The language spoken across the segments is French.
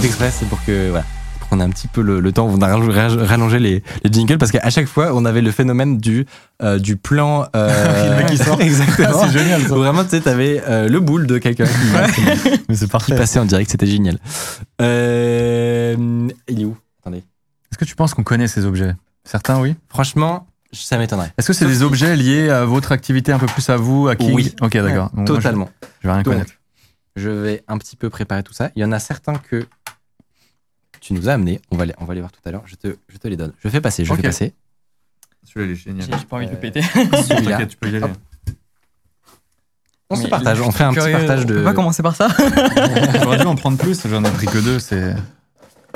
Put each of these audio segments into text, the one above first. fait exprès, c'est pour que voilà, pour qu'on ait un petit peu le, le temps, on a rallongé- rallongé les, les jingles parce qu'à chaque fois, on avait le phénomène du euh, du plan. Euh... Le mec qui sort. Ah, Exactement. c'est génial ça. Où Vraiment, tu sais, t'avais euh, le boule de quelqu'un qui, Mais c'est qui parfait. passait en direct, c'était génial. Euh, il est où Attendez. Est-ce que tu penses qu'on connaît ces objets Certains, oui. Franchement, ça m'étonnerait. Est-ce que c'est des objets liés à votre activité un peu plus à vous, à King Oui. Ok, d'accord. Bon, moi, je- Totalement. Je, vais rien Donc, connaître. Je vais un petit peu préparer tout ça. Il y en a certains que tu nous as amenés. On va les, on va les voir tout à l'heure. Je te, je te les donne. Je fais passer, je Ok. fais passer. Celui-là, il est génial. J'ai j'ai pas envie de Euh, le péter. Celui-là. T'inquiète, tu peux y aller. Hop. On se Mais partage, je on fait un suis petit curieux, partage On de. peut pas commencer par ça J'aurais dû en prendre plus, j'en ai pris que deux. C'est.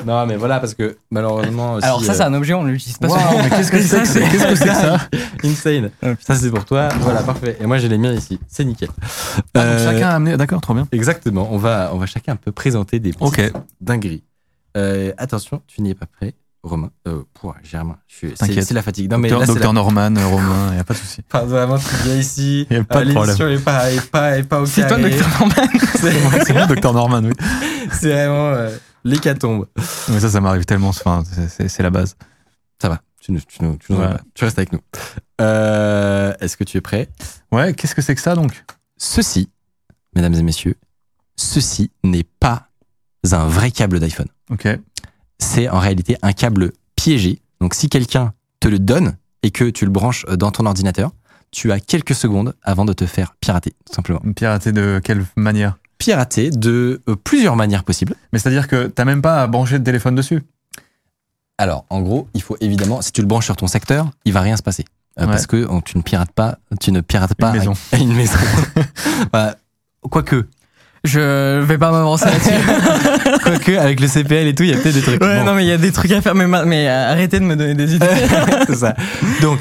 Non, mais voilà, parce que malheureusement. Alors si, ça, euh, c'est un objet, on l'utilise pas Waouh, souvent. mais qu'est-ce que c'est que, c'est- qu'est-ce que c'est que ça Insane. Ah, ça, c'est pour toi. Voilà, parfait. Et moi, j'ai les miens ici. C'est nickel. Ah, Donc, Euh, Chacun a amené. D'accord, trop bien. Exactement. On va, on va chacun un peu présenter des petites Ok. dingueries. Euh, attention, tu n'y es pas prêt, Romain. Euh, pour Germain. je suis- C'est T'inquiète. c'est la fatigue. Non, mais Docteur, là, c'est la- Docteur Norman, euh, Romain, y a pas de souci. Pas vraiment, tu viens ici. Y a pas de Euh, problème. l'émission est pas, est pas, est pas au C'est toi, carré. docteur Norman C'est C'est moi, Docteur Norman, oui. c'est vraiment euh, l'hécatombe. Mais ça, ça m'arrive tellement. Enfin, c'est- c'est c'est la base. Ça va, tu, nous- tu, nous- tu, nous en Voilà. veux pas. tu restes avec nous. Euh, Est-ce que tu es prêt Ouais, qu'est-ce que c'est que ça donc Ceci, mesdames et messieurs, ceci n'est pas un vrai câble d'iPhone. Ok. C'est en réalité un câble piégé. Donc si quelqu'un te le donne et que tu le branches dans ton ordinateur, tu as quelques secondes avant de te faire pirater, tout simplement. Pirater de quelle manière Pirater de euh, plusieurs manières possibles. Mais c'est-à-dire que t'as même pas à brancher de téléphone dessus. Alors, en gros, il faut évidemment, si tu le branches sur ton secteur, il va rien se passer. Euh, Ouais. Parce que oh, tu ne pirates pas, tu ne pirates pas maison. un- une maison. Bah, Quoique, Je vais pas m'avancer là-dessus. quoique, avec le CPL et tout, il y a peut-être des trucs. Ouais, Bon. non, mais il y a des trucs à faire, mais, ma- mais euh, arrêtez de me donner des idées. C'est ça. Donc,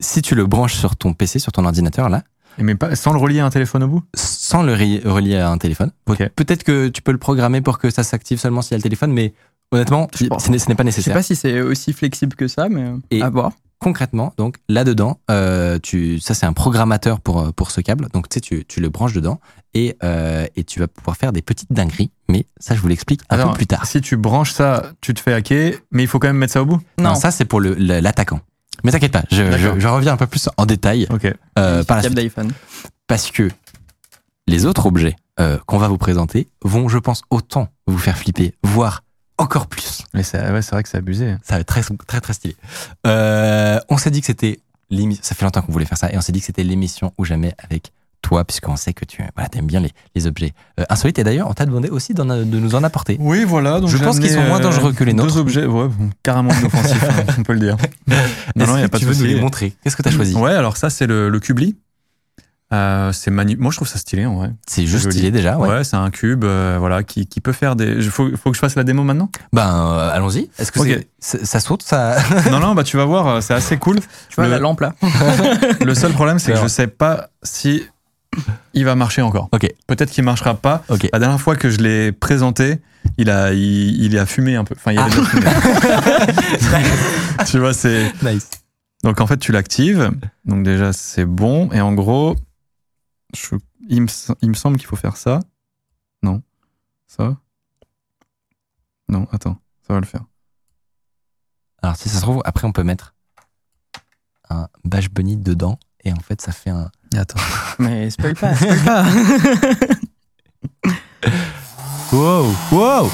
si tu le branches sur ton PC, sur ton ordinateur, là, Et Mais pas, sans le relier à un téléphone au bout sans le ri- relier à un téléphone, peut- Ok. peut-être que tu peux le programmer pour que ça s'active seulement s'il y a le téléphone, mais honnêtement, Je pense. ce n'est ce n'est pas Je sais nécessaire. pas si c'est aussi flexible que ça, mais euh, Et- à voir. Concrètement, donc là-dedans, euh, tu, ça c'est un programmateur pour, euh, pour ce câble, donc tu sais, tu, tu le branches dedans et, euh, et tu vas pouvoir faire des petites dingueries, mais ça je vous l'explique un Alors, peu plus tard. Si tu branches ça, tu te fais hacker, mais il faut quand même mettre ça au bout Non, ça c'est pour le- le- l'attaquant. Mais t'inquiète pas, je, D'accord. je- je reviens un peu plus en détail Ok. euh, par la câble suite. d'iPhone. parce que les autres objets euh, qu'on va vous présenter vont, je pense, autant vous faire flipper, voire encore plus. Mais c'est ouais, c'est vrai que c'est abusé. Ça va être très, très, très stylé. Euh, on s'est dit que c'était l'émission. Ça fait longtemps qu'on voulait faire ça, et on s'est dit que c'était l'émission ou jamais avec toi, puisqu'on sait que tu voilà, aimes bien les, les objets euh, insolites. Et d'ailleurs, on t'a demandé aussi d'en- de nous en apporter. Oui, voilà. Je pense qu'ils sont moins dangereux que les nôtres. euh, Deux objets, ouais, bon, carrément inoffensifs, hein, on peut le dire. Non, non, Est-ce il n'y a que pas tu de veux nous souci. Mm. les montrer Qu'est-ce que t'as choisi Ouais, alors ça, c'est le, le Cubli. Euh, c'est mani- Moi, je trouve ça stylé en vrai. C'est juste joli. stylé déjà. Ouais, Ah Ouais. c'est un cube euh, voilà, qui, qui peut faire des. Je- Faut, faut que je fasse la démo maintenant Ben, euh, allons-y. Est-ce que Ok. c'est- c'est- ça saute ça Non, non, bah tu vas voir, euh, c'est assez cool. Tu vois, Le- la lampe là. Le seul problème, c'est que Alors. je sais pas si il va marcher encore. Ok. Peut-être qu'il marchera pas. Ok. La dernière fois que je l'ai présenté, il a, il, il a fumé un peu. Enfin, il avait de la fumée. tu vois, c'est. Nice. Donc en fait, tu l'actives. Donc déjà, c'est bon. Et en gros, je- il, me, se- il me semble qu'il faut faire ça. Non. Ça Non, attends. Ça va le faire. Alors, si ça se trouve, après, on peut mettre un bash bunny dedans. Et en fait, ça fait un. Attends. Mais spoil pas, spoil pas. Wow! Wow!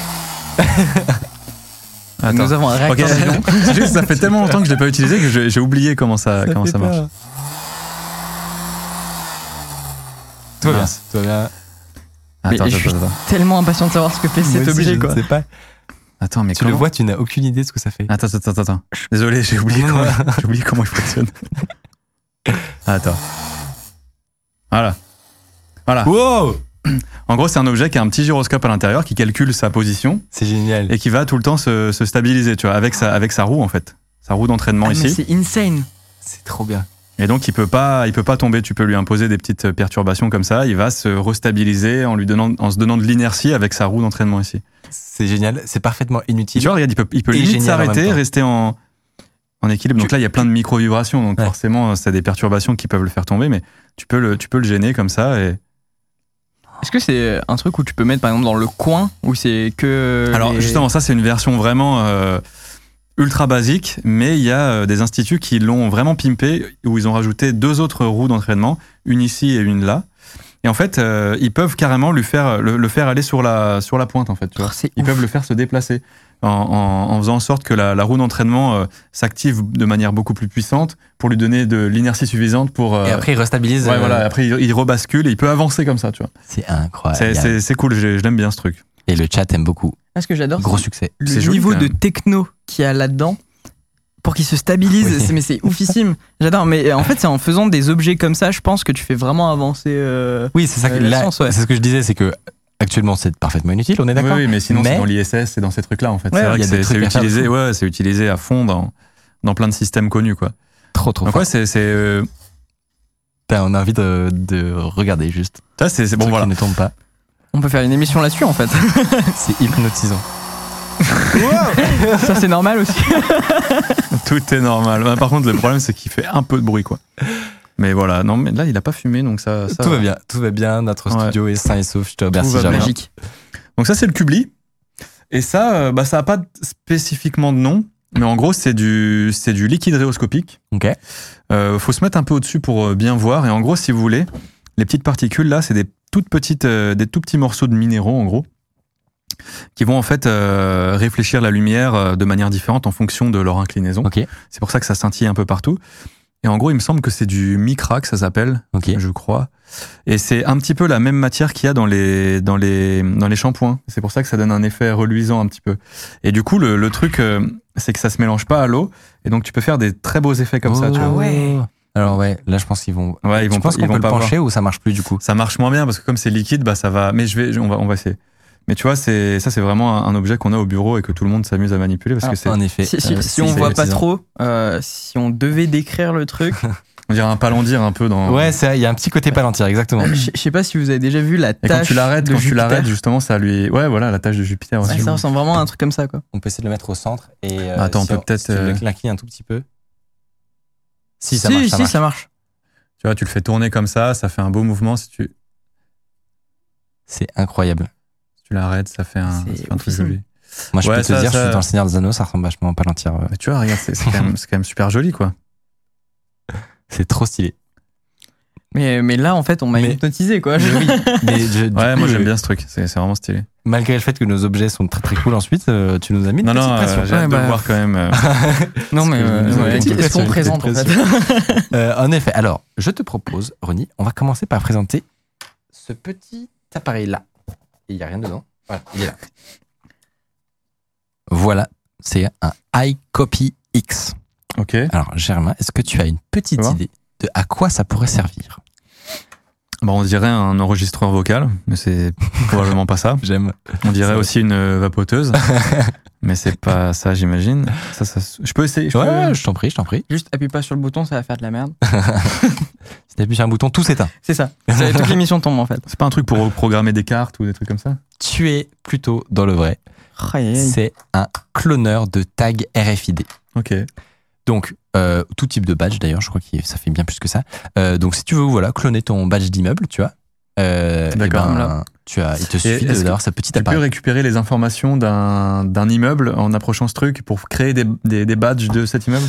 Nous avons un Ok, réacteur. bidon. C'est juste, ça fait tellement longtemps que je l'ai pas utilisé que j'ai j'ai oublié comment ça, comment ça marche. Tout va bien. Mince. Tout va bien. Mais Attends, je attends, suis- attends. Tellement impatient de savoir ce que fait cet objet, quoi. pas. Attends, mais Tu le comment- vois, tu n'as aucune idée de ce que ça fait. Attends, attends, attends, attends. Désolé, j'ai oublié, comment... j'ai oublié comment il fonctionne. Ah, Attends. Voilà. Voilà. Wow! En gros, c'est un objet qui a un petit gyroscope à l'intérieur qui calcule sa position C'est génial. et qui va tout le temps se, se stabiliser, tu vois, avec sa, avec sa roue en fait. Sa roue d'entraînement Ah, mais ici. c'est insane. C'est trop bien. Et donc, il peut pas, il peut pas tomber. Tu peux lui imposer des petites perturbations comme ça. Il va se restabiliser en lui donnant, en se donnant de l'inertie avec sa roue d'entraînement ici. C'est génial. C'est parfaitement Tu inutile. vois, regarde, il peut, il peut Et limite génial en même s'arrêter, temps. rester en, en équilibre. Donc là, il y a plein de micro-vibrations. Donc Ouais. forcément, c'est des perturbations qui peuvent le faire tomber, mais tu peux le, tu peux le gêner comme ça. Et... Est-ce que c'est un truc où tu peux mettre par exemple dans le coin où c'est que. Alors les- justement, ça c'est une version vraiment euh, ultra basique, mais il y a euh, des instituts qui l'ont vraiment pimpé, où ils ont rajouté deux autres roues d'entraînement, une ici et une là. Et en fait, euh, ils peuvent carrément lui faire, le, le faire aller sur la, sur la pointe, en fait. Tu vois. Oh, c'est Ils ouf. peuvent le faire se déplacer en, en- en faisant en sorte que la, la roue d'entraînement euh, s'active de manière beaucoup plus puissante pour lui donner de l'inertie suffisante pour... euh, Et après, il restabilise. ouais, euh, voilà, après, il, il rebascule et il peut avancer comme ça, tu vois. C'est C'est- incroyable. c'est c'est cool, j'ai- je l'aime bien ce truc. Et le chat aime beaucoup. Ah, ce que j'adore, Gros c'est succès. c'est le joli, niveau quand de même. techno qu'il y a là-dedans pour qu'il se stabilise. Oui. c'est- Mais c'est oufissime. J'adore. Mais euh, en fait, c'est en faisant des objets comme ça, je pense que tu fais vraiment avancer. euh, Oui, c'est ça. que- Euh, la là, science, ouais. C'est ce que je disais, c'est que euh, actuellement, c'est parfaitement inutile. On est Oui, d'accord. oui, mais sinon, Mais- c'est dans l'ISS, c'est dans ces trucs-là, en fait. Ouais, c'est il vrai y a que des c'est trucs c'est à faire de utilisé, fou. ouais, c'est utilisé à fond dans, dans plein de systèmes connus, quoi. Trop, trop. Donc, fort. ouais, c'est. c'est, euh, Putain, On a envie de, de regarder juste. ça, c'est c'est- Ceux bon, qui voilà. Ne tombe pas. On peut faire une émission là-dessus en fait. C'est hypnotisant. ça, c'est normal aussi. Tout est normal. Ouais, Par contre, le problème, c'est qu'il fait un peu de bruit, quoi. Mais voilà, non, mais là, il a pas fumé, donc ça. ça tout va bien. Tout va bien. Notre Ouais. studio est sain et sauf. Je te remercie, va bien. Germain. Magique. Donc, ça, c'est le Kubli. Et ça, euh, bah, ça n'a pas de- spécifiquement de nom, mais en gros, c'est du, c'est du liquide rhéoscopique. Ok. Euh, faut se mettre un peu au-dessus pour euh, bien voir. Et en gros, si vous voulez, les petites particules là, c'est des toutes petites, euh, des tout petits morceaux de minéraux en gros, qui vont en fait euh, réfléchir la lumière euh, de manière différente en fonction de leur inclinaison. Ok. C'est pour ça que ça scintille un peu partout. Et en gros, il me semble que c'est du micra que ça s'appelle, Ok. je crois. Et c'est un petit peu la même matière qu'il y a dans les, dans les, dans les shampoings. C'est pour ça que ça donne un effet reluisant un petit peu. Et du coup, le, le truc, euh, c'est que ça se mélange pas à l'eau. Et donc, tu peux faire des très beaux effets comme ça. Oh. Tu vois. Ah ouais. Alors ouais, là je pense qu'ils vont. Ouais, ils Tu vont penses pas- ils qu'on peut vont le pas pencher ou ça marche plus du coup Ça marche moins bien parce que comme c'est liquide, bah ça va. Mais je vais, je- on va, on va essayer. Mais tu vois, c'est ça, c'est vraiment un, un objet qu'on a au bureau et que tout le monde s'amuse à manipuler parce que c'est, En effet. Si, si- euh, si c'est- on c'est- voit c'est- pas c'est- trop, euh, si on devait décrire le truc, on dirait un palandir un peu dans. Ouais, c'est- il y a un petit côté palantir, exactement. je je sais pas si vous avez déjà vu la Et tâche. quand tu l'arrêtes, de quand tu Jupiter. l'arrêtes, justement, ça lui. Ouais, voilà, la tâche de Jupiter. Ouais, Aussi. ça ressemble vraiment à un truc comme ça quoi. On peut essayer de le mettre au centre et. euh, Bah, Attends, on si peut peut-être, si tu le euh, claquer un tout petit peu. Si ça marche, si, ça si, marche. ça marche. Tu vois, tu le fais tourner comme ça, ça fait un beau mouvement. Si tu, C'est incroyable. si tu l'arrêtes, ça fait un, C'est ça fait un truc oufissime. joli. Moi, je Ouais, peux te ça- dire, je ça- suis dans le Seigneur des Anneaux, ça ressemble vachement à palantir. euh, Mais tu vois, regarde, c'est, c'est quand, même, c'est quand même super joli, quoi. C'est trop stylé. Mais, mais là en fait on m'a Mais- hypnotisé quoi. Mais oui, mais je- du Ouais, coup, moi j'aime euh, bien ce truc. C'est, c'est vraiment stylé. Malgré le fait que nos objets sont très très cool ensuite, euh, tu nous as mis une Non, petite non, euh, pression. j'ai hâte Ouais, de bah. le voir quand même. euh. Non mais que euh, nous avons ouais, une est-ce dépression, qu'on une présente en fait Euh, en effet, alors, je te propose, Ronny, on va commencer par présenter ce petit appareil-là. Il n'y a rien dedans. Voilà, il est là. Voilà, c'est un iCopy X. Ok. Alors, Germain, est-ce que tu as une petite Ça va idée de à quoi ça pourrait servir Bon, bah, on dirait un enregistreur vocal, mais c'est probablement pas ça. J'aime. On C'est dirait vrai. aussi une euh, vapoteuse, mais c'est pas ça, j'imagine. Ça, ça se- je peux essayer. je Ouais, peux- ouais, je t'en prie, je t'en prie. Juste appuie pas sur le bouton, ça va faire de la merde. Si t'appuies sur un bouton, tout s'éteint. C'est ça. Ça- Toute l'émission tombe en fait. C'est pas un truc pour programmer des cartes ou des trucs comme ça. Tu es plutôt dans le vrai. Oh, aïe, aïe. C'est un cloneur de tag RFID. Ok. Donc, euh, tout type de badge d'ailleurs, je crois que ça fait bien plus que ça. Euh, donc, si tu veux, voilà, cloner ton badge d'immeuble, tu vois. euh, D'accord, eh ben, voilà. tu as, il te suffit de- est-ce que d'avoir sa petite Tu peux appareil. récupérer les informations d'un d'un immeuble en approchant ce truc pour créer des, des- des badges de cet immeuble.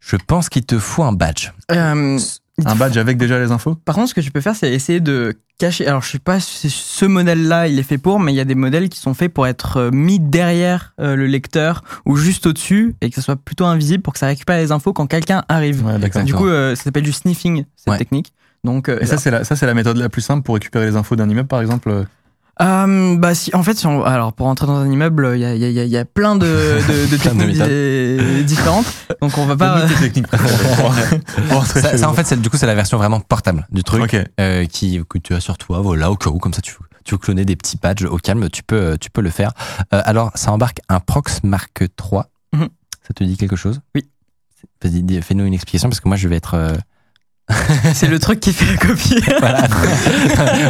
Je pense qu'il te faut un badge. Euh, Un badge avec déjà les infos. Par contre, ce que tu peux faire, c'est essayer de cacher. Alors, je sais pas si ce modèle-là, il est fait pour, mais il y a des modèles qui sont faits pour être euh, mis derrière euh, le lecteur ou juste au-dessus et que ça soit plutôt invisible pour que ça récupère les infos quand quelqu'un arrive. Ouais, d'accord. du d'accord. coup, euh, ça s'appelle du sniffing, cette Ouais. technique. Donc, euh, Et ça, c'est la, ça, c'est la méthode la plus simple pour récupérer les infos d'un immeuble, par exemple. euh, bah, si, en fait, si on- alors pour entrer dans un immeuble, il y a, il y a- il y a- il y a plein de, de- de Plein de techniques méthodes. di- différentes. Donc, on va pas. euh, Donne-nous tes techniques préférées pour- pour entrer Ça, chez ça, en vous. fait, c'est- du coup, c'est la version vraiment portable du truc Ok. euh, qui, que tu as sur toi, voilà, au cas où, comme ça, tu, tu veux cloner des petits badges au calme, tu peux, euh, tu peux le faire. Euh, alors, ça embarque un Prox Mark 3. Mhm. Ça te dit quelque chose Oui. Vas-y, dis- fais-nous une explication parce que moi, je vais être. euh, C'est le truc qui fait la copie. voilà.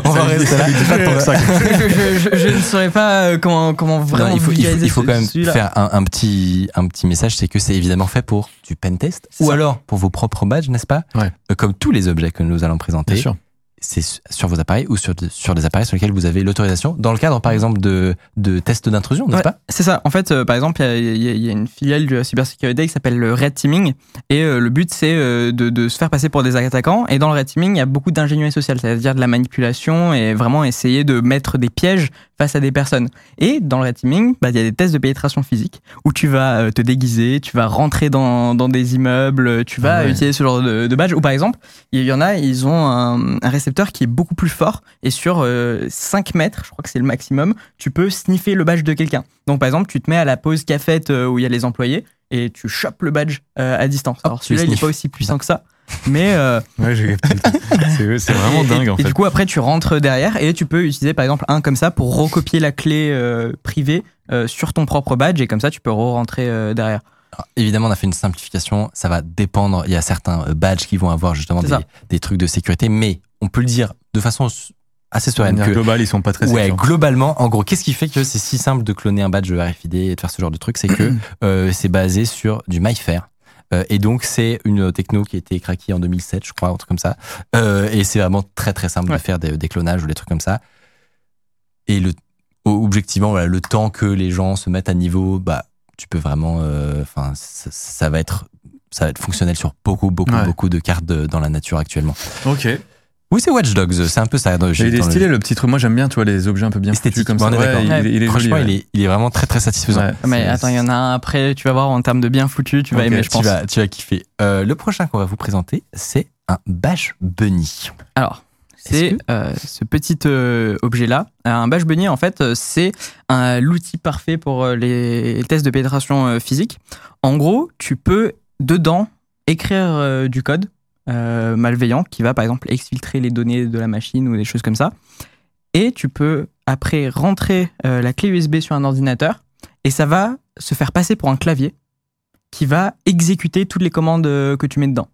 On va Ça lui- rester ça là. lui dit pas tant que ça. je, je- je- je ne saurais pas euh, comment, comment vraiment Non, il, faut, il, faut, vulgariser il faut quand même celui-là. faire un, un petit, un petit message, c'est que c'est évidemment fait pour du pentest, C'est ou ça. alors pour vos propres badges, n'est-ce pas Ouais. Euh, Comme tous les objets que nous allons présenter, Bien sûr. c'est su- sur vos appareils ou sur, de- sur des appareils sur lesquels vous avez l'autorisation, dans le cadre, par exemple, de, de tests d'intrusion, n'est-ce Ouais. pas C'est ça. En fait, euh, par exemple, il y a- il y, a- il y a une filiale du cybersécurité qui s'appelle le Red Teaming. Et euh, le but, c'est euh, de, de se faire passer pour des attaquants. Et dans le Red Teaming, il y a beaucoup d'ingénierie sociale, c'est-à-dire de la manipulation et vraiment essayer de mettre des pièges face à des personnes. Et dans le Red Teaming, bah, il y a des tests de pénétration physique où tu vas euh, te déguiser, tu vas rentrer dans, dans des immeubles, tu Ah vas ouais. utiliser ce genre de, de badge. Ou par exemple, il y en a, ils ont un, un récepteur qui est beaucoup plus fort et sur euh, 5 mètres, je crois que c'est le maximum, tu peux sniffer le badge de quelqu'un. Donc par exemple, tu te mets à la pause cafette euh, où il y a les employés et tu chopes le badge euh, à distance. Alors tu celui-là, le il n'est sniffes. pas aussi puissant que ça, mais euh, Ouais, j'ai capté. c'est c'est vraiment et- dingue en et fait. du coup, après, tu rentres derrière et tu peux utiliser par exemple un comme ça pour recopier la clé euh, privée euh, sur ton propre badge et comme ça, tu peux re-rentrer euh, derrière. Alors, Évidemment, on a fait une simplification. Ça va dépendre. Il y a certains euh, badges qui vont avoir justement C'est des, ça. des trucs de sécurité, mais on peut le dire de façon s- assez De sereine manière que globale, ils sont pas très ouais, sécures. globalement, en gros, qu'est-ce qui fait que c'est si simple de cloner un badge RFID et de faire ce genre de truc C'est que euh, c'est basé sur du MyFair. Euh, et donc, c'est une techno qui a été craquée en 2007, je crois, un truc comme ça. Euh, et c'est vraiment très, très simple Ouais. de faire des, des clonages ou des trucs comme ça. Et le, o- objectivement, voilà, le temps que les gens se mettent à niveau, bah, tu peux vraiment. euh, Enfin, ça, ça va être. Ça va être fonctionnel sur beaucoup, beaucoup, Ouais. beaucoup de cartes de- dans la nature actuellement. Ok. Oui, c'est Watch Dogs, c'est un peu ça. dans- Il est dans le- stylé le petit truc. Moi j'aime bien, tu vois, les objets un peu bien foutus Esthétique, comme bon, ça. on est Ouais, d'accord. il, est- il est Franchement, joli. il, est, il est vraiment très, très satisfaisant. Ah, Mais attends, il y en a un après, tu vas voir en termes de bien foutu, tu vas Ok, aimer, tu je pense. vas, tu vas kiffer. Euh, le prochain qu'on va vous présenter, c'est un Bash Bunny. Alors, c'est Est-ce euh, ce petit euh, objet-là. Un badge bunny, en fait, euh, c'est un- l'outil parfait pour euh, les tests de pénétration euh, physique. En gros, tu peux, dedans, écrire euh, du code euh, malveillant qui va, par exemple, exfiltrer les données de la machine ou des choses comme ça. Et tu peux, après, rentrer euh, la clé USB sur un ordinateur et ça va se faire passer pour un clavier qui va exécuter toutes les commandes euh, que tu mets dedans.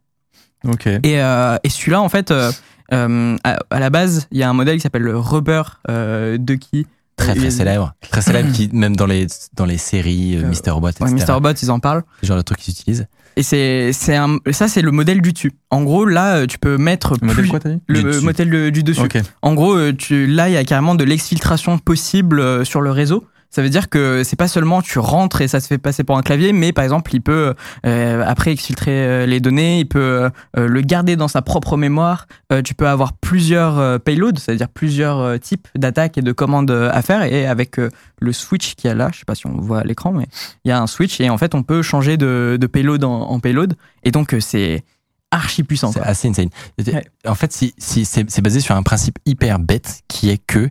Ok. Et, euh, et celui-là, en fait, euh, euh, à, à la base, il y a un modèle qui s'appelle le Rubber euh, Ducky. Très, très Euh, célèbre. Très célèbre, qui, même dans les, dans les séries euh, Euh, Mister Robot, etc. Ouais, Mr. Bot, ils en parlent. le Genre de truc qu'ils utilisent. Et c'est, c'est un, ça, c'est le modèle du dessus. En gros, là, euh, tu peux mettre Le modèle plus- quoi t'as dit le Du dessus. modèle de- du dessus. Ok. En gros, euh, tu, là, il y a carrément de l'exfiltration possible euh, sur le réseau. Ça veut dire que c'est pas seulement tu rentres et ça se fait passer pour un clavier, mais par exemple, il peut euh, après exfiltrer euh, les données, il peut euh, le garder dans sa propre mémoire. Euh, tu peux avoir plusieurs euh, payloads, c'est-à-dire plusieurs euh, types d'attaques et de commandes euh, à faire. Et avec euh, le switch qu'il y a là, je sais pas si on voit à l'écran, mais il y a un switch et en fait, on peut changer de, de payload en, en payload. Et donc, euh, c'est archi puissant. C'est quoi. assez insane. Ouais. En fait, si, si, c'est c'est basé sur un principe hyper bête qui est que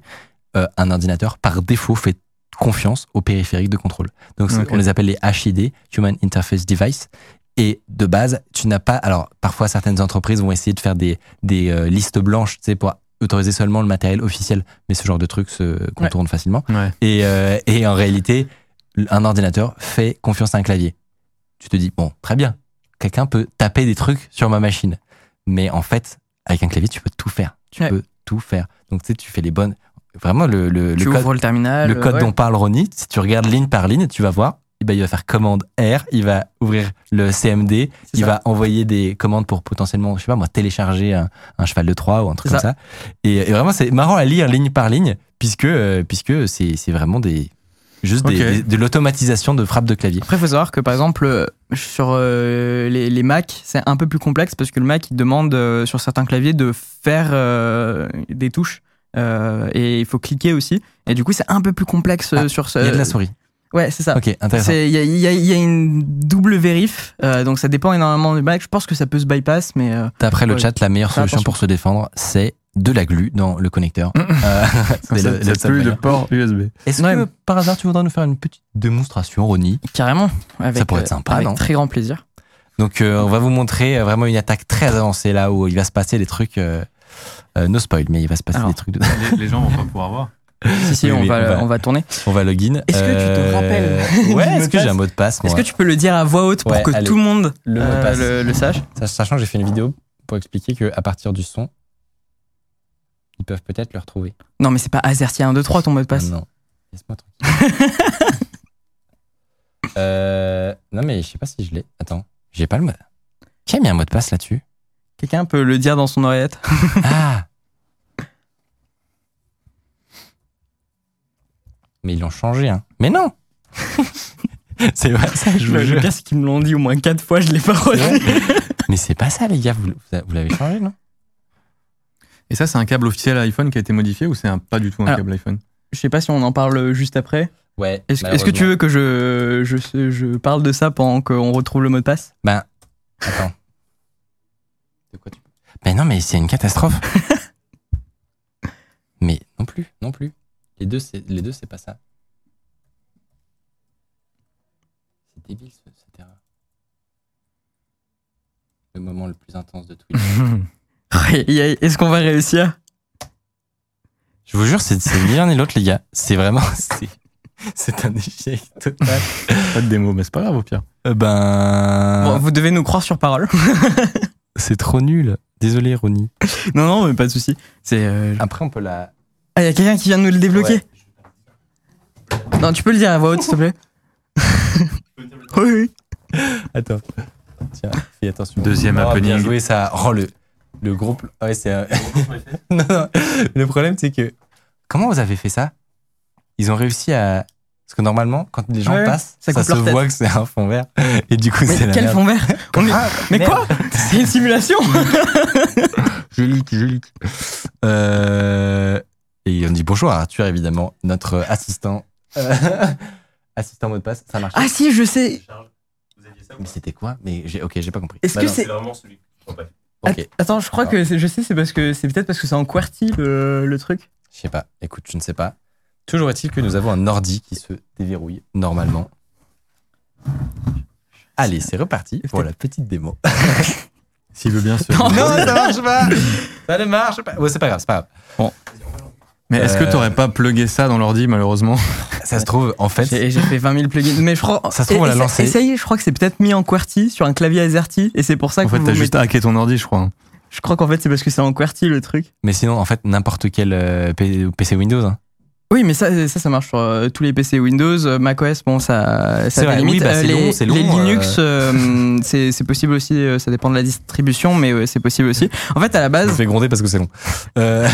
euh, un ordinateur, par défaut, fait confiance aux périphériques de contrôle. Donc, c'est- Ok. on les appelle les HID, Human Interface Device. Et de base, tu n'as pas. Alors, parfois, certaines entreprises vont essayer de faire des, des euh, listes blanches, tu sais, pour autoriser seulement le matériel officiel. Mais ce genre de truc se contourne facilement. Ouais. Et, euh, et en réalité, un ordinateur fait confiance à un clavier. Tu te dis, bon, très bien, quelqu'un peut taper des trucs sur ma machine. Mais en fait, avec un clavier, tu peux tout faire. Tu Ouais. peux tout faire. Donc, tu sais, tu fais les bonnes. Vraiment, le, le, le tu code, ouvres le terminal. euh, le code ouais. dont parle Ronnie, si tu regardes ligne par ligne, tu vas voir, eh ben, il va faire commande R, il va ouvrir le CMD, C'est il ça. va envoyer des commandes pour potentiellement, je sais pas moi, télécharger un, un cheval de Troie ou un truc C'est comme ça. Et, et vraiment, c'est marrant à lire ligne par ligne, puisque, euh, puisque c'est c'est vraiment des. Juste des- Ok. des- de l'automatisation de frappe de clavier. Après, il faut savoir que par exemple, euh, sur euh, les, les Mac, c'est un peu plus complexe parce que le Mac, il demande euh, sur certains claviers de faire euh, des touches euh, et il faut cliquer aussi. Et du coup, c'est un peu plus complexe euh, Ah, sur ce. Il y a de la souris. Ouais, c'est ça. Ok, intéressant. C'est- Il y a, il y a- il y a une double vérif, euh, donc ça dépend énormément du Mac. Je pense que ça peut se bypass, mais euh, D'après le Ouais. chat, la meilleure Fais solution pour se défendre, c'est de la glu dans le connecteur. Mm. Euh, Ça, c'est le- ça le seul plus de moyen. port USB. Est-ce que Ouais. par hasard tu voudrais nous faire une petite démonstration, Ronnie carrément. Avec, pourrait être euh, sympa, avec non Très grand plaisir. Donc euh, on va vous montrer euh, vraiment une attaque très avancée là où il va se passer des trucs. euh, euh, no spoil, mais il va se passer Alors. des trucs. De... Les, gens vont pas pouvoir voir. Si, si, Oui, on, oui, va, on va- on va tourner. On va login. Est-ce que tu te rappelles Ouais, du mot est-ce de que j'ai passe un mot de passe Est-ce moi que tu peux le dire à voix haute pour Ouais, que allez. tout le monde Le mot de euh, passe. le- le sache Sa- Sachant que j'ai fait une vidéo pour expliquer que à partir du son, ils peuvent peut-être le retrouver. Non, mais c'est pas AZERTY 1, 2, 3 ton mot de passe. Ah non, laisse-moi tranquille. Euh, non, mais je sais pas si je l'ai. Attends, j'ai pas le mot. Qui a mis un mot de passe là-dessus Quelqu'un peut le dire dans son oreillette Ah Mais ils l'ont changé, hein. Mais non C'est pas ça, je vous Le, jure. le pire, c'est qu'ils me l'ont dit au moins quatre fois, je l'ai pas retenu. Mais c'est pas ça, les gars, vous, vous l'avez changé, non Et ça, c'est un câble officiel iPhone qui a été modifié ou c'est un, pas du tout un Alors, câble iPhone Je sais pas si on en parle juste après. Ouais. Est-ce que- est-ce que tu veux que je, je, je parle de ça pendant qu'on retrouve le mot de passe Ben, attends. De quoi tu Ben non, mais c'est une catastrophe. mais non plus, non plus. Les deux, c'est, les deux, c'est pas ça. C'est débile, ce, cette erreur. Le moment le plus intense de Twitch. Est-ce qu'on va réussir Je vous jure, c'est, c'est ni l'un ni l'autre, les gars. C'est vraiment, c'est, c'est un échec total. Pas de démo, mais c'est pas grave au pire. Euh, ben, Bon, Vous devez nous croire sur parole. c'est trop nul. Désolé, Ronnie. non, non, mais pas de souci. C'est. euh, Après, on peut la. Ah, il y a quelqu'un qui vient de nous le débloquer. Non, tu peux le dire à voix haute, s'il te plaît. oui, oui. Attends. Tiens, fais attention. Deuxième oh, happening. Bien joué, ça. Oh, le, le groupe. Ouais, c'est. euh, non, non. Le problème, c'est que. Comment vous avez fait ça Ils ont réussi à. Parce que normalement, quand les gens Ouais, passent, ça ça, coupe se leur tête. voit que c'est un fond vert. Et du coup, Mais c'est la quel merde. fond vert On est- Ah, Mais merde. quoi C'est une simulation J'ai leak, j'ai leak. Euh, Et on dit bonjour à Arthur, évidemment, notre assistant. Euh, assistant mot de passe, ça marche. Ah si, je sais. Mais c'était quoi Mais j'ai ok, j'ai pas compris. Est-ce Bah que non, c'est Ok, Att- Attends, je crois que c'est- je sais, c'est parce que c'est peut-être parce que c'est en QWERTY le, le truc. Je sais pas. Écoute, je ne sais pas. Toujours est-il que nous avons un ordi qui se déverrouille normalement. Allez, c'est reparti pour la petite démo. S'il veut bien se. Non, ça marche pas Ça ne marche pas Bon, c'est pas grave, c'est pas grave. mais est-ce Euh, que t'aurais pas plugué ça dans l'ordi, malheureusement Ça se trouve, en fait, J'ai j'ai fait 20 000 plugins, mais je crois. Ça se trouve, on et- l'a et lancé. et ça y est, je crois que c'est peut-être mis en QWERTY sur un clavier AZERTY, et c'est pour ça En que fait, vous t'as vous juste mettez- hacké ton ordi, je crois. hein. Je crois qu'en fait, c'est parce que c'est en QWERTY le truc. mais sinon, en fait, n'importe quel euh, P- PC Windows. hein. Oui, mais ça, ça, ça marche sur euh, tous les PC Windows, euh, macOS, bon, C'est ça, ça a des vrai, oui, limites. bah, c'est les, long, c'est long, les euh. Linux, euh, c'est c'est possible aussi, euh, ça dépend de la distribution, mais euh, c'est possible aussi. En fait, à la Je me base, fais gronder parce que c'est long. Euh,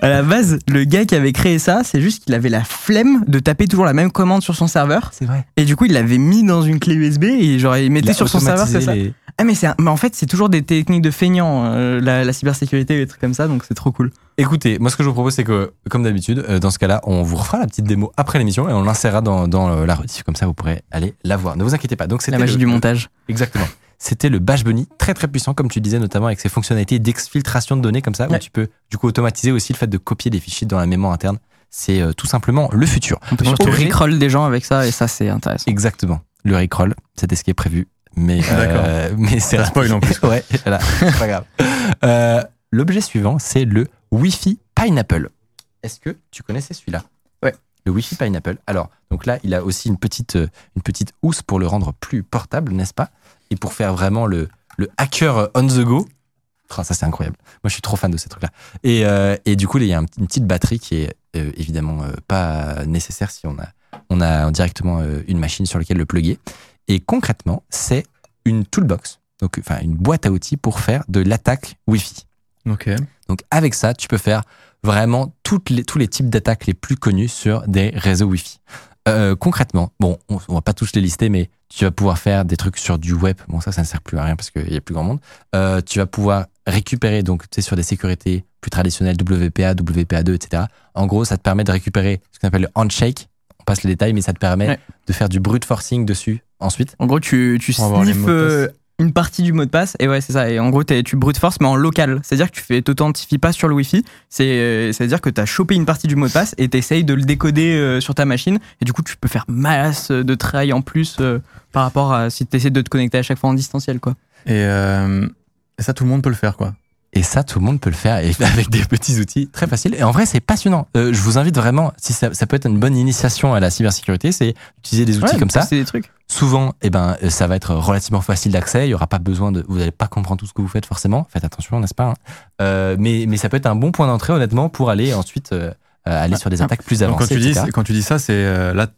à la base, le gars qui avait créé ça, c'est juste qu'il avait la flemme de taper toujours la même commande sur son serveur, c'est vrai. et du coup, il l'avait mis dans une clé USB et genre il mettait Il a sur son serveur, c'est automatisé ça. les- Ah, mais c'est, un- mais en fait, c'est toujours des techniques de feignants, euh, la, la cybersécurité et des trucs comme ça, donc c'est trop cool. Écoutez, moi, ce que je vous propose, c'est que, comme d'habitude, euh, dans ce cas-là, on vous refera la petite démo après l'émission et on l'insérera dans, dans, euh, la rediff. Comme ça, vous pourrez aller la voir. Ne vous inquiétez pas. Donc, c'était La magie le- du montage. Exactement. C'était le Bash Bunny, très très puissant, comme tu disais, notamment avec ses fonctionnalités d'exfiltration de données, comme ça, où Ouais. tu peux du coup automatiser aussi le fait de copier des fichiers dans la mémoire interne. C'est euh, tout simplement le futur. On peut Moi, surtout je te- rickroll des gens avec ça, et ça, c'est intéressant. Exactement. Le Rickroll, c'était ce qui est prévu. Mais, euh, mais c'est Ça spoil en plus, quoi. ouais, voilà, c'est pas grave. Euh, L'objet suivant, c'est le Wi-Fi Pineapple. Est-ce que tu connaissais celui-là Ouais. Le Wi-Fi Pineapple. Alors, donc là, il a aussi une petite, euh, une petite housse pour le rendre plus portable, n'est-ce pas Et pour faire vraiment le, le hacker euh, on the go. Oh, ça, c'est incroyable. Moi, je suis trop fan de ces trucs-là. Et, euh, et du coup, il y a un- une petite batterie qui est euh, évidemment euh, pas nécessaire si on a, on a directement euh, une machine sur laquelle le plugger. Et concrètement, c'est une toolbox, donc enfin une boîte à outils pour faire de l'attaque Wi-Fi. Ok. Donc avec ça, tu peux faire vraiment toutes les, tous les types d'attaques les plus connus sur des réseaux Wi-Fi. Euh, concrètement, bon, on, on va pas tous les lister, mais tu vas pouvoir faire des trucs sur du web. Bon, ça, ça ne sert plus à rien parce qu'il y a plus grand monde. Euh, tu vas pouvoir récupérer, donc, tu sais, sur des sécurités plus traditionnelles, WPA, WPA2, etc. En gros, ça te permet de récupérer ce qu'on appelle le handshake. On passe les détails, mais ça te permet Ouais. de faire du brute forcing dessus ensuite. En gros, tu, tu Pour avoir les sniffes mots de passe. euh, une partie du mot de passe, et ouais, c'est ça. Et en gros, t'es- tu brute force, mais en local. C'est-à-dire que tu fais- t'authentifies pas sur le Wi-Fi. C'est, euh, C'est-à-dire que tu as chopé une partie du mot de passe et t'essayes de le décoder euh, sur ta machine. Et du coup, tu peux faire masse de travail en plus euh, par rapport à si tu essaies de te connecter à chaque fois en distanciel, quoi. Et euh, ça, tout le monde peut le faire, quoi. Et ça, tout le monde peut le faire et avec des petits outils très faciles. Et en vrai, c'est passionnant. Euh, je vous invite vraiment, si ça, ça peut être une bonne initiation à la cybersécurité, c'est utiliser des outils Ouais, comme ça. C'est des trucs. Souvent, eh ben, euh, ça va être relativement facile d'accès. Il y aura pas besoin de, vous n'allez pas comprendre tout ce que vous faites forcément. Faites attention, n'est-ce pas hein Euh, Mais mais ça peut être un bon point d'entrée, honnêtement, pour aller ensuite euh, euh, aller sur des attaques plus Donc, avancées. quand tu dis, etc. quand tu dis ça, c'est euh, là,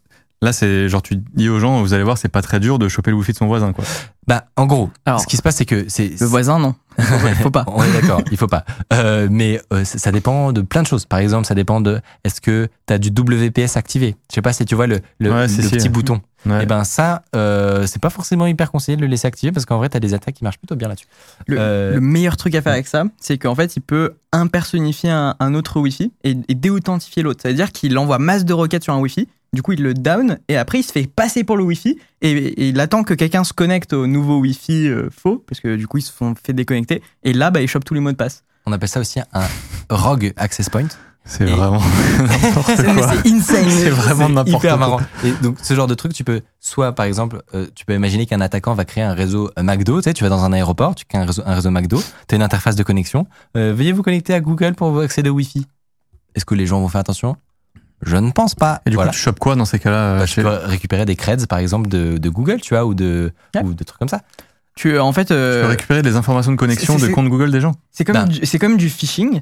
Là, c'est genre, tu dis aux gens, vous allez voir, c'est pas très dur de choper le wifi de son voisin, quoi. Bah, en gros, Alors, ce qui se passe, c'est que c'est. Le voisin, non. Il faut pas. On est d'accord, il faut pas. Euh, mais euh, ça ça dépend de plein de choses. Par exemple, ça dépend de est-ce que tu as du WPS activé Je sais pas si tu vois le, le, Ouais, si, le si. petit bouton. Ouais. Et ben ça, euh, c'est pas forcément hyper conseillé de le laisser activer parce qu'en vrai, tu as des attaques qui marchent plutôt bien là-dessus. Le- Euh, Le meilleur truc à faire avec ça, c'est qu'en fait, il peut impersonnifier un, un autre Wi-Fi et, et déauthentifier l'autre. C'est-à-dire qu'il envoie masse de requêtes sur un Wi-Fi, du coup, il le down et après, il se fait passer pour le Wi-Fi et, et il attend que quelqu'un se connecte au nouveau Wi-Fi euh, faux, parce que du coup, ils se sont fait déconnecter. Et là, bah, il chope tous les mots de passe. On appelle ça aussi un rogue access point. C'est Et- vraiment n'importe C'est mais quoi. c'est insane. C'est vraiment C'est n'importe hyper quoi. marrant. Et donc, ce genre de truc, tu peux, soit par exemple, euh, tu peux imaginer qu'un attaquant va créer un réseau euh, McDo. Tu sais, tu vas dans un aéroport, tu crées un réseau, un réseau McDo, tu as une interface de connexion. Euh, veuillez vous connecter à Google pour accéder au Wi-Fi. Est-ce que les gens vont faire attention Je ne pense pas. Et du Voilà. coup, tu chopes quoi dans ces cas-là Bah, euh, tu chez- peux récupérer des creds, par exemple, de, de Google, tu vois, ou de, Ouais. ou de trucs comme ça. Tu, en fait, Tu euh, peux récupérer des informations de connexion c'est- de c'est- comptes Google des gens. C'est comme, Ben. du- c'est comme du phishing,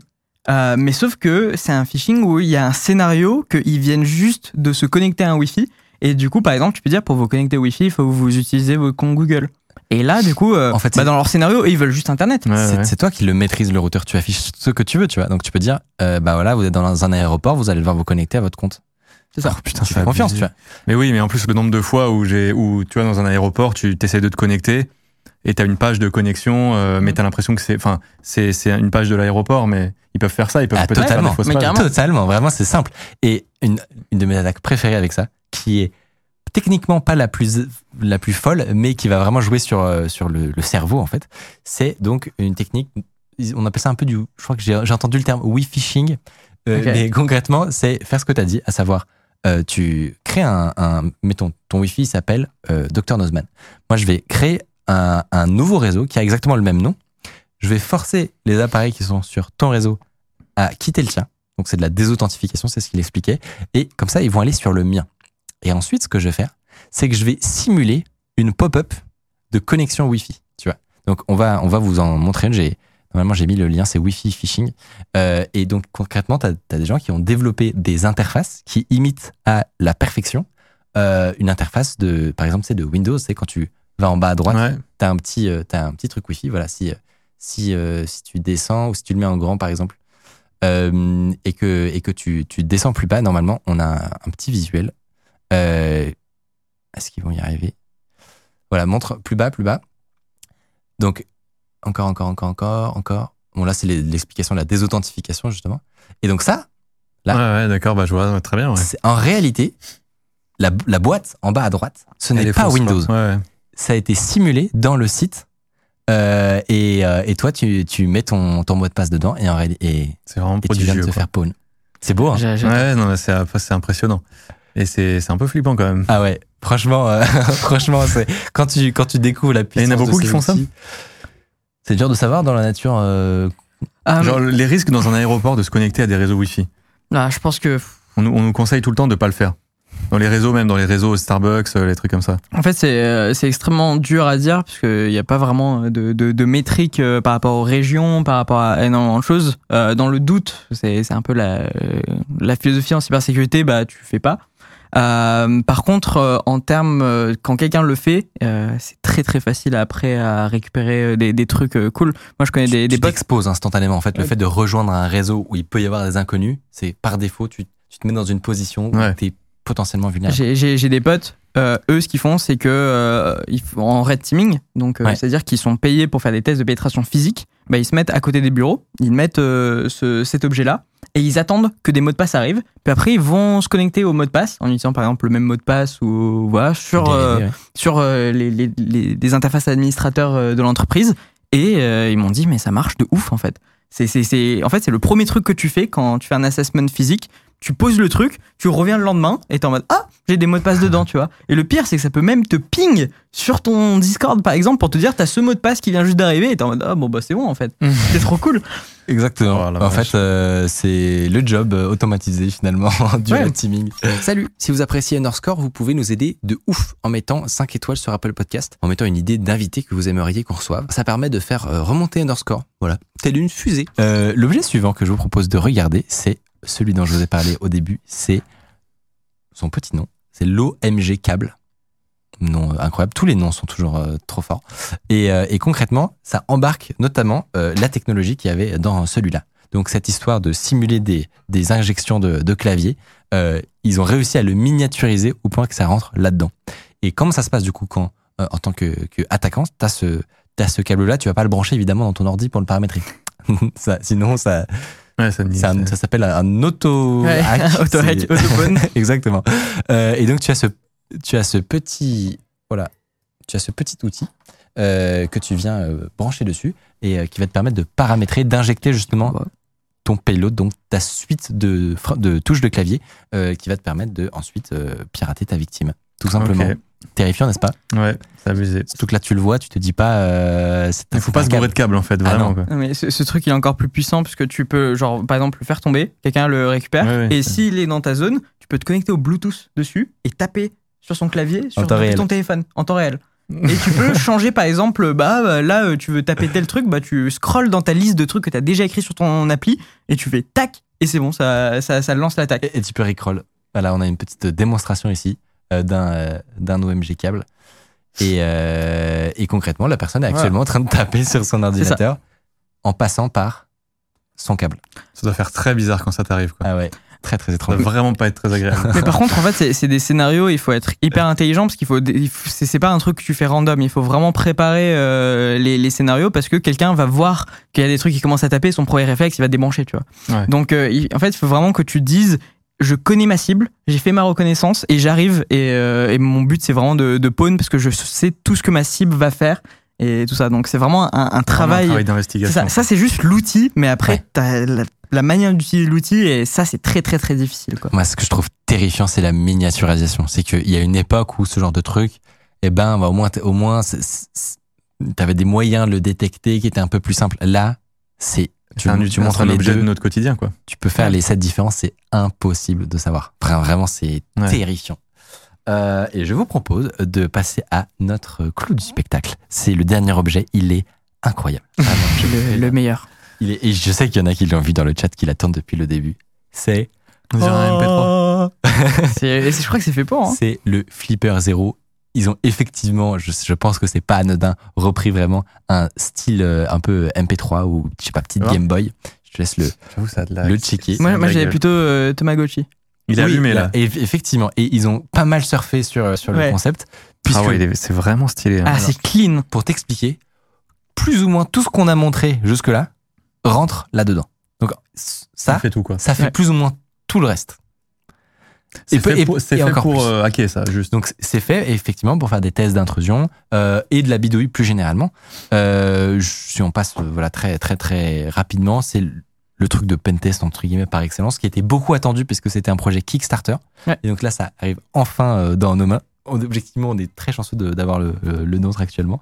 euh, mais sauf que c'est un phishing où il y a un scénario qu'ils viennent juste de se connecter à un Wi-Fi. Et du coup, par exemple, tu peux dire pour vous connecter au Wi-Fi, il faut que vous utilisez vos comptes Google. Et là, du coup, euh, En fait, bah, c'est- dans leur scénario, ils veulent juste Internet. Ouais, c'est ouais. c'est toi qui le maîtrise le routeur, tu affiches ce que tu veux, tu vois. Donc tu peux dire, euh, bah voilà, vous êtes dans un aéroport, vous allez devoir vous connecter à votre compte. C'est ça. Oh, putain, tu c'est fais confiance, tu abusé. vois. Mais oui, mais en plus, le nombre de fois où, j'ai, où tu vois, dans un aéroport, tu t'essayes de te connecter et t'as une page de connexion, Mm. euh, mais t'as l'impression que c'est. Enfin, c'est, c'est une page de l'aéroport, mais ils peuvent faire ça, ils peuvent Ah, peut-être faire totalement. des fausses Mais pages. carrément. Totalement, vraiment, c'est simple. Et une, une de mes attaques préférées avec ça, qui est techniquement pas la plus, la plus folle, mais qui va vraiment jouer sur, euh, sur le, le cerveau, en fait, c'est donc une technique, ils- on appelle ça un peu du, je crois que j'ai j'ai entendu le terme oui phishing, euh, Ok. mais concrètement, c'est faire ce que tu as dit, à savoir, euh, tu crées un, un- mettons, ton Wi-Fi s'appelle euh, Dr Nozman. Moi, je vais créer un, un nouveau réseau qui a exactement le même nom. Je vais forcer les appareils qui sont sur ton réseau à quitter le tien. Donc c'est de la désauthentification, c'est ce qu'il expliquait. Et comme ça, ils vont aller sur le mien. Et ensuite, ce que je vais faire, c'est que je vais simuler une pop-up de connexion Wi-Fi. Tu vois. Donc on va, on va vous en montrer une. J'ai normalement j'ai mis le lien, c'est Wi-Fi phishing. Euh, et donc concrètement, tu as, des gens qui ont développé des interfaces qui imitent à la perfection euh, une interface de, par exemple, c'est de Windows. C'est quand tu vas en bas à droite, Ouais. t'as un petit euh, t'as un petit truc wifi voilà si euh, si euh, si tu descends ou si tu le mets en grand par exemple euh, et que et que tu tu descends plus bas normalement on a un, un petit visuel Euh, est-ce qu'ils vont y arriver voilà montre plus bas plus bas donc encore encore encore encore encore bon là c'est les- l'explication de la désauthentification justement et donc ça Là. Ouais, ouais, d'accord, bah, je vois, ouais, très bien. Ouais. c'est en réalité la, la boîte en bas à droite ce Elle n'est est pas fausse, quoi. Windows Ouais, ouais. ça a été simulé dans le site. Euh, et, euh, et toi, tu, tu mets ton, ton mot de passe dedans et, en réalité- et, C'est vraiment et tu viens de prodigieux. te quoi. faire pawn. C'est beau, hein J'ai- j'ai- Ouais, non, mais c'est, c'est impressionnant. Et c'est, c'est un peu flippant quand même. Ah ouais, franchement, euh, franchement, c'est quand tu quand tu découvres la y puissance. en a de beaucoup ces qui font ça outils, C'est dur de savoir dans la nature. euh, Ah, Genre, les risques dans un aéroport de se connecter à des réseaux Wi-Fi. là, Bah, je pense que, On nous, on nous conseille tout le temps de pas le faire. Dans les réseaux, même dans les réseaux Starbucks, euh, les trucs comme ça. en fait, c'est euh, c'est extrêmement dur à dire parce qu'il n'y a pas vraiment de, de, de métrique euh, par rapport aux régions, par rapport à énormément de choses. Euh, dans le doute, c'est c'est un peu la, euh, la philosophie en cybersécurité, bah, tu fais pas. Euh, par contre, euh, en termes, euh, quand quelqu'un le fait, euh, c'est très très facile après à récupérer euh, des, des trucs euh, cool. Moi, je connais tu- des, des tu potes. t'exposes instantanément. En fait, le Ouais. fait de rejoindre un réseau où il peut y avoir des inconnus, c'est par défaut, tu, tu te mets dans une position Ouais. où tu es potentiellement vulnérable. J'ai- J'ai j'ai des potes. euh, eux, ce qu'ils font, c'est que euh, ils font en red teaming, donc euh, Ouais. c'est-à-dire qu'ils sont payés pour faire des tests de pénétration physique. Bah, ils se mettent à côté des bureaux, ils mettent euh, ce- cet objet-là et ils attendent que des mots de passe arrivent. Puis après, ils vont se connecter au mot de passe en utilisant par exemple le même mot de passe ou voilà sur euh, Des- des- sur euh, les, les- les- les interfaces administrateurs euh, de l'entreprise et euh, ils m'ont dit mais ça marche de ouf en fait. C'est, c'est, c'est, en fait, c'est le premier truc que tu fais quand tu fais un assessment physique. Tu poses le truc, tu reviens le lendemain et t'es en mode ah j'ai des mots de passe dedans tu vois. Et le pire c'est que ça peut même te ping sur ton Discord par exemple pour te dire t'as ce mot de passe qui vient juste d'arriver et t'es en mode ah bon bah c'est bon en fait Mm. c'est trop cool. Exactement. Oh, la en vache. fait, euh, c'est le job euh, automatisé finalement du Ouais. red teaming. Salut. Si vous appréciez Underscore, vous pouvez nous aider de ouf en mettant 5 étoiles sur Apple Podcast, en mettant une idée d'invité que vous aimeriez qu'on reçoive. Ça permet de faire euh, remonter Underscore. Voilà. Telle une fusée. Euh, L'objet suivant que je vous propose de regarder, c'est celui dont je vous ai parlé au début. C'est son petit nom. C'est l'OMG Cable. Nom euh, incroyable. Tous les noms sont toujours euh, trop forts. Et, euh, et concrètement, ça embarque notamment euh, la technologie qu'il y avait dans celui-là. Donc cette histoire de simuler des, des injections de, de clavier, euh, ils ont réussi à le miniaturiser au point que ça rentre là-dedans. Et comment ça se passe du coup quand, euh, en tant que, que attaquant, t'as ce, t'as ce câble-là, tu vas pas le brancher évidemment dans ton ordi pour le paramétrer. ça, sinon, ça, Ouais, ça me dit. c'est un- ça s'appelle un, un auto Ouais, hack. auto-hack, C'est- autophone. Exactement. Euh, et donc tu as ce tu as ce petit voilà tu as ce petit outil euh, que tu viens euh, brancher dessus et euh, qui va te permettre de paramétrer d'injecter justement Ouais. ton payload donc ta suite de fra- de touches de clavier euh, qui va te permettre de ensuite euh, pirater ta victime tout simplement Ok. terrifiant n'est-ce pas Ouais, c'est abusé. surtout que là tu le vois tu te dis pas euh, c'est Il faut pas se câble. bourrer de câbles en fait, Ah vraiment. non. quoi. Non, mais ce, ce truc il est encore plus puissant puisque tu peux genre par exemple le faire tomber, quelqu'un le récupère Ouais, ouais, et c'est- s'il est dans ta zone, tu peux te connecter au Bluetooth dessus et taper sur son clavier sur temps depuis réel. Mm. ton téléphone en temps réel. Et tu peux changer par exemple bah euh, là euh, tu veux taper tel truc, bah tu scrolles dans ta liste de trucs que tu as déjà écrit sur ton appli et tu fais tac et c'est bon, ça ça, ça lance l'attaque. Et, et tu peux recroll. Voilà, on a une petite démonstration ici euh, d'un euh, d'un OMG câble. Et, euh, et concrètement, la personne est Voilà. actuellement en train de taper sur son ordinateur en passant par son câble. Ça doit faire très bizarre quand ça t'arrive. quoi. Ah ouais, très très Ça étrange. doit vraiment pas être très agréable. Mais par contre, en fait, c'est- c'est des scénarios, il faut être hyper intelligent parce qu'il faut, des- il faut- c'est c'est pas un truc que tu fais random. Il faut vraiment préparer euh, les, les scénarios parce que quelqu'un va voir qu'il y a des trucs qui commencent à taper, son premier réflexe, il va débrancher, tu vois. Ouais. Donc, euh, il- en fait, il faut vraiment que tu dises. Je connais ma cible, j'ai fait ma reconnaissance et j'arrive et, euh, et mon but c'est vraiment de, de pawn parce que je sais tout ce que ma cible va faire et tout ça. Donc c'est vraiment un, un Vraiment un travail. travail c'est d'investigation. ça, ça, c'est juste l'outil, mais après Ouais. t'as la, la manière d'utiliser l'outil et ça c'est très très très difficile. Quoi. Moi, ce que je trouve terrifiant, c'est la miniaturisation. C'est qu'il y a une époque où ce genre de truc, eh ben, bah, au moins, t- au moins, c'est- c'est- t'avais des moyens de le détecter qui étaient un peu plus simples. Là, c'est tu, C'est un, tu tu montres un les objet deux. de notre quotidien, quoi. tu peux faire les sept différences, c'est impossible de savoir. Vra- Vraiment, c'est Ouais. terrifiant. Euh, et je vous propose de passer à notre clou du spectacle. C'est le dernier objet, il est incroyable. Vraiment, je- Le- le meilleur. il est- et je sais qu'il y en a qui l'ont vu dans le chat, qui l'attendent depuis le début. C'est On dirait un MP3. C'est- et c'est- je crois que c'est fait pour. hein. Oh. c'est le Flipper Zero. Ils ont effectivement, je, je pense que c'est pas anodin, repris vraiment un style euh, un peu MP3 ou je sais pas petite Ah. Game Boy. Je te laisse le, J'avoue, ça a de la- le checker. c'est Moi, de moi la j'avais gueule. plutôt euh, Tamagotchi. Il est Oui, allumé là. et- Effectivement. Et ils ont pas mal surfé sur, euh, sur le Ouais. concept. Puisque, Ah ouais, il est- c'est vraiment stylé. hein. Ah, c'est clean. pour t'expliquer, plus ou moins tout ce qu'on a montré jusque-là rentre là-dedans. Donc ça, Ça fait tout, quoi. ça fait Ouais. plus ou moins tout le reste. C'est peu- fait pour, c'est et fait encore pour, plus. euh, hacker ça, juste. Donc c'est fait effectivement pour faire des tests d'intrusion euh, et de la bidouille plus généralement. Euh, si on passe euh, voilà très très très rapidement, c'est le- le truc de pentest entre guillemets par excellence qui était beaucoup attendu puisque c'était un projet Kickstarter. Ouais. Et donc là ça arrive enfin euh, dans nos mains. On- Objectivement, on est très chanceux de- d'avoir le, le- le nôtre actuellement.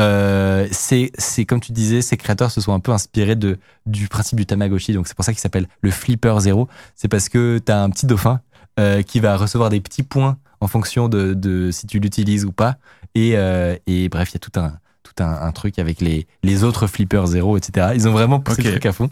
Euh, c'est c'est comme tu disais, ces créateurs se sont un peu inspirés de du principe du Tamagotchi. Donc c'est pour ça qu'il s'appelle le Flipper Zero. C'est parce que t'as un petit dauphin euh, qui va recevoir des petits points en fonction de, de si tu l'utilises ou pas. Et, euh, et bref, il y a tout un tout un, un truc avec les, les autres flippers zéro, etc. Ils ont vraiment poussé le Ok. truc à fond.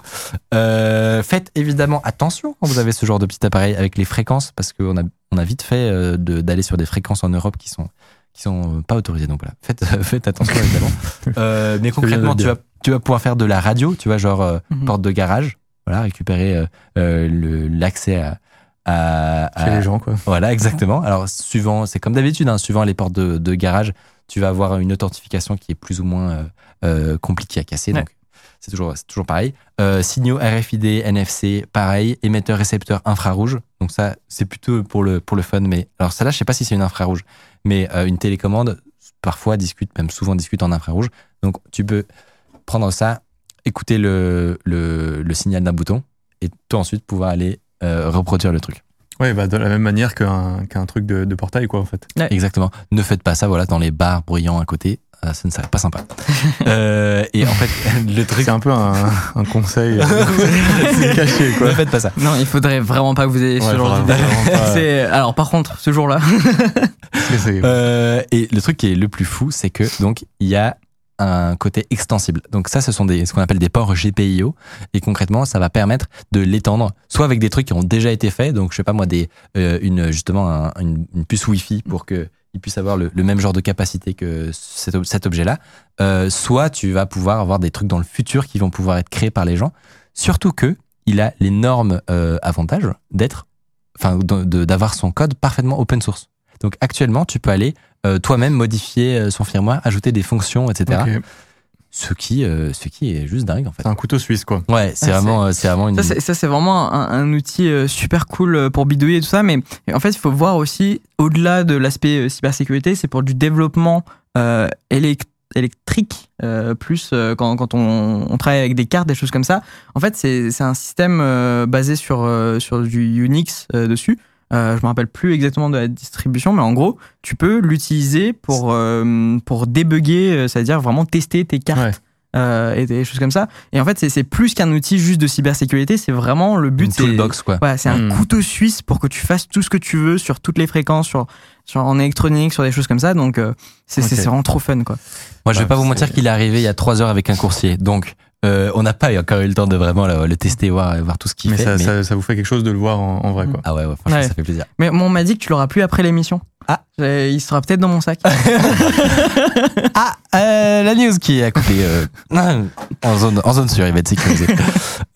Euh, faites évidemment attention quand vous avez ce genre de petit appareil avec les fréquences, parce qu'on a, on a vite fait euh, de- d'aller sur des fréquences en Europe qui sont qui sont euh, pas autorisées. Donc voilà, faites, faites attention évidemment. Euh, mais concrètement, le tu dire. vas, tu vas pouvoir faire de la radio, tu vois, genre euh, Mhm. porte de garage, voilà, récupérer euh, euh, le- l'accès à, à, Chez à- les gens, quoi. voilà, exactement. Alors, suivant, c'est comme d'habitude, hein, suivant les portes de, de garage, tu vas avoir une authentification qui est plus ou moins euh, euh, compliquée à casser. Ouais. Donc, c'est toujours, c'est toujours pareil. Euh, signaux RFID, NFC, pareil. Émetteur, récepteur, infrarouge. Donc, ça, c'est plutôt pour le, pour le fun. Mais alors, celle-là, je sais pas si c'est une infrarouge, mais euh, une télécommande, parfois, discute, même souvent, discute en infrarouge. Donc, tu peux prendre ça, écouter le, le, le signal d'un bouton et toi, ensuite, pouvoir aller euh, reproduire le truc. Ouais, bah, de la même manière qu'un qu'un truc de, de portail, quoi, en fait. Exactement. Ne faites pas ça, voilà, dans les bars bruyants à côté. Euh, ça ne serait pas sympa. Euh, et en fait, le truc. C'est un peu un, un conseil euh, caché, Ne quoi. faites pas ça. Non, il faudrait vraiment pas que vous ayez ce Ouais, genre vraiment, d'idée. vraiment pas. C'est- Alors, par contre, ce jour-là, Parce que c'est- Euh, et le truc qui est le plus fou, c'est que donc il y a un côté extensible. Donc ça, ce sont des, ce qu'on appelle des ports GPIO. Et concrètement, ça va permettre de l'étendre, soit avec des trucs qui ont déjà été faits, donc je sais pas moi, des, euh, une, justement un- une, une puce Wi-Fi pour que il puisse avoir le, le même genre de capacité que cet, ob- cet objet-là, Euh, soit tu vas pouvoir avoir des trucs dans le futur qui vont pouvoir être créés par les gens. Surtout que il a l'énorme euh, avantage d'être, enfin, de- de- d'avoir son code parfaitement open source. Donc actuellement, tu peux aller euh, toi-même modifier euh, son firmware, ajouter des fonctions, etc. Ok. Ce qui, euh, ce qui est juste dingue en fait. C'est un Ah, couteau suisse, quoi. Ouais, c'est c'est- vraiment, euh, c'est vraiment une. Ça, c'est- ça, c'est vraiment un, un outil euh, super cool euh, pour bidouiller et tout ça. Mais en fait, il faut voir aussi, au-delà de l'aspect euh, cybersécurité, c'est pour du développement euh, élec- électrique, euh, plus euh, quand, quand on, on travaille avec des cartes, des choses comme ça. En fait, c'est c'est un système euh, basé sur, euh, sur du Unix euh, dessus. Euh, je me rappelle plus exactement de la distribution, mais en gros, tu peux l'utiliser pour, euh, pour débugger, euh, c'est-à-dire vraiment tester tes cartes Ouais. euh, et des choses comme ça. Et en fait, c'est- c'est plus qu'un outil juste de cybersécurité, c'est vraiment le but. une c'est- toolbox quoi. Voilà, c'est Mm. un couteau suisse pour que tu fasses tout ce que tu veux sur toutes les fréquences, sur, sur, en électronique, sur des choses comme ça. Donc, euh, c'est c'est- Ok. c'est vraiment trop fun, quoi. Moi, je vais Ouais, pas vous Ah, c'est- mentir qu'il est arrivé il y a trois heures avec un coursier, donc euh, on n'a pas eu- encore eu le temps de vraiment le, le tester, voir, voir tout ce qu'il Mais, Mm. fait. ça, ça- ça vous fait quelque chose de le voir en, en vrai, quoi. Ah ouais, ouais, franchement, Ouais. ça fait plaisir. Mais moi, on m'a dit que tu l'auras plus après l'émission. Ah, il sera peut-être dans mon sac. Ah, euh, la news qui est à côté euh, en zone en zone sûre, il va être sécurisé.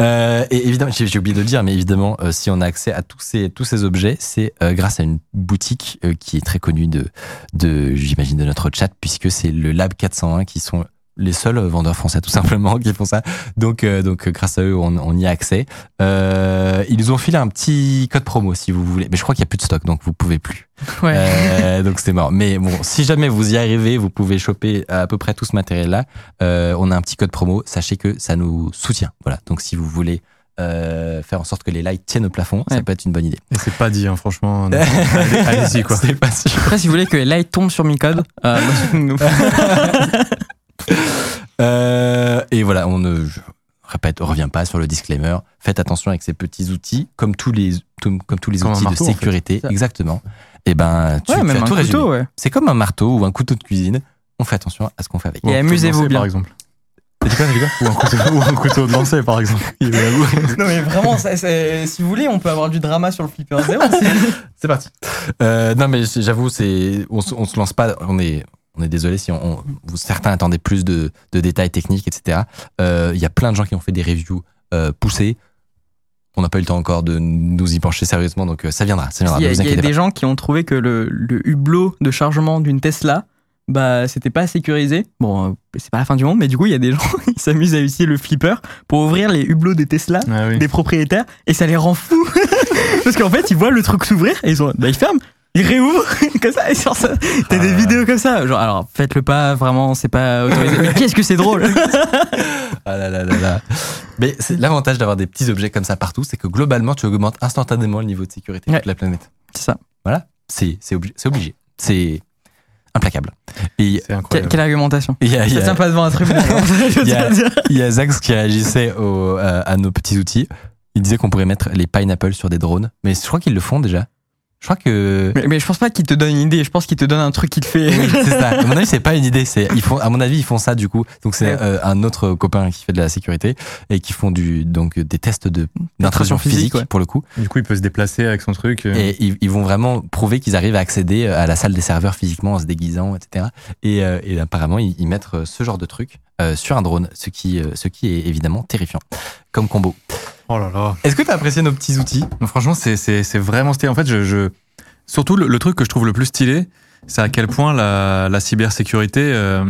Euh, et évidemment, j'ai j'ai oublié de le dire, mais évidemment, euh, si on a accès à tous ces tous ces objets, c'est euh, grâce à une boutique euh, qui est très connue de de j'imagine de notre chat, puisque c'est le Lab 401 qui sont les seuls vendeurs français tout simplement qui font ça. Donc euh, donc euh, grâce à eux, on, on y a accès. Euh, ils nous ont filé un petit code promo si vous voulez, mais je crois qu'il y a plus de stock, donc vous pouvez plus. Ouais. Euh, donc c'est mort. Mais bon, si jamais vous y arrivez, vous pouvez choper à peu près tout ce matériel-là. Euh, on a un petit code promo. Sachez que ça nous soutient. Voilà. Donc si vous voulez euh, faire en sorte que les likes tiennent au plafond, ça Ouais. peut être une bonne idée. Et c'est pas dit, hein, franchement. Allez- Allez-y, quoi. C'est pas sûr. Après, si vous voulez que les lights tombent sur Micode, euh, moi, je- nous- Euh, et voilà, on ne je répète, on revient pas sur le disclaimer. Faites attention avec ces petits outils, comme tous les comme, comme tous les Comme un outils marteau, en de fait. sécurité. Ça. Exactement. Et ben, tu, ouais, tu as même un tout couteau, résumé. ouais. C'est comme un marteau ou un couteau de cuisine. On fait attention à ce qu'on fait avec. Et amusez-vous bien. Par exemple. Ou un couteau, ou un couteau de lancer, par exemple. Il est à vous. Non, mais vraiment, ça, c'est- si vous voulez, on peut avoir du drama sur le Flipper Zero. C'est parti. Euh, non, mais c'est- j'avoue, c'est on, se- on se lance pas. On est on est désolé si on, on- vous- certains attendaient plus de, de détails techniques, etc. Euh, Il y a plein de gens qui ont fait des reviews euh, poussées. On n'a pas eu le temps encore de nous y pencher sérieusement, donc euh, ça viendra. Ça viendra. Il y a, ne vous il y a inquiétez des gens qui ont trouvé que le, le hublot de chargement d'une Tesla, bah, c'était pas sécurisé. Bon, euh, c'est pas la fin du monde, mais du coup, il y a des gens qui s'amusent à utiliser le flipper pour ouvrir les hublots des Tesla, Ah oui. des propriétaires, et ça les rend fous. Parce qu'en fait, ils voient le truc s'ouvrir et ils ont, bah, ils ferment. Ils réouvrent comme ça et sur ça. T'as des Ah. vidéos comme ça. Genre, alors faites-le pas, vraiment, c'est pas autorisé. Mais qu'est-ce que c'est drôle! pas. Ah là là là là. Mais c'est l'avantage d'avoir des petits objets comme ça partout, c'est que globalement, tu augmentes instantanément le niveau de sécurité de Ouais. toute la planète. C'est ça. C'est c'est obli- c'est obligé. C'est implacable. Et C'est Que- incroyable. Quelle argumentation! il y a- il y Ça a- tient pas devant un tribunal. je veux Il y a- te dire. Il y a Zax qui réagissait au- à, à nos petits outils. Il disait qu'on pourrait mettre les pineapples sur des drones, mais je crois qu'ils le font déjà. Je crois que Mais, mais je pense pas qu'il te donne une idée, je pense qu'il te donne un truc qui te fait. c'est ça. À mon avis, c'est pas une idée. C'est ils font. À mon avis, ils font ça du coup. Donc c'est Ouais. euh, un autre copain qui fait de la sécurité et qui font du donc des tests de d'intrusion physique, physique, ouais. pour le coup. Du coup, il peut se déplacer avec son truc. euh, Et ils, ils vont vraiment prouver qu'ils arrivent à accéder euh, à la salle des serveurs physiquement en se déguisant, etc. Et, euh, et apparemment, ils, ils mettent euh, ce genre de truc euh, sur un drone, ce qui euh, ce qui est évidemment terrifiant comme combo. Oh là là. Est-ce que t'as apprécié nos petits outils? Non, franchement, c'est- c'est c'est vraiment stylé. En fait, je, je- surtout le, le truc que je trouve le plus stylé, c'est à quel point la, la cybersécurité euh,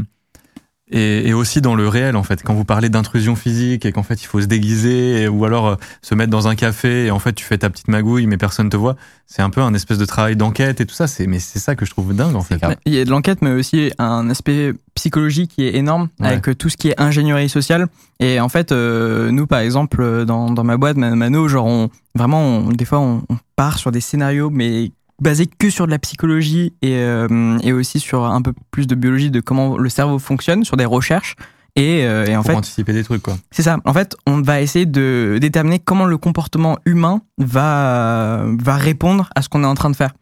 est, est aussi dans le réel. En fait, quand vous parlez d'intrusion physique et qu'en fait il faut se déguiser et- ou alors euh, se mettre dans un café et en fait tu fais ta petite magouille mais personne te voit, c'est un peu un espèce de travail d'enquête et tout ça. C'est mais c'est ça que je trouve dingue en fait. grave. Il y a de l'enquête, mais aussi un aspect psychologique qui est énorme Ouais. avec euh, tout ce qui est ingénierie sociale. Et en fait, euh, nous, par exemple, euh, dans, dans ma boîte, Man- Mano, genre, on, vraiment, on- des fois, on, on part sur des scénarios, mais basés que sur de la psychologie et, euh, et aussi sur un peu plus de biologie de comment le cerveau fonctionne, sur des recherches. Et, euh, et en Pour fait, anticiper des trucs quoi. C'est ça. En fait, on va essayer de déterminer comment le comportement humain va, va répondre à ce qu'on est en train de faire.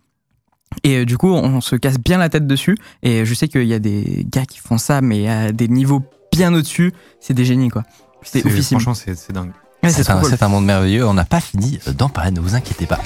Et euh, du coup, on se casse bien la tête dessus. Et je sais qu'il y a des gars qui font ça, mais à des niveaux bien au-dessus. C'est des génies, quoi. C'est officiel. Franchement, c'est c'est dingue. C'est un, c'est un monde merveilleux. On n'a pas fini d'en parler, ne vous inquiétez pas.